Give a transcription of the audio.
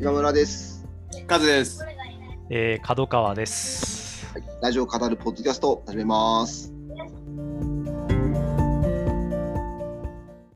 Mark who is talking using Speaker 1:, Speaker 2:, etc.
Speaker 1: 今村です。
Speaker 2: カズです。
Speaker 3: えー、角川です。
Speaker 1: はい、ラジオを語るポッドキャスト始めます。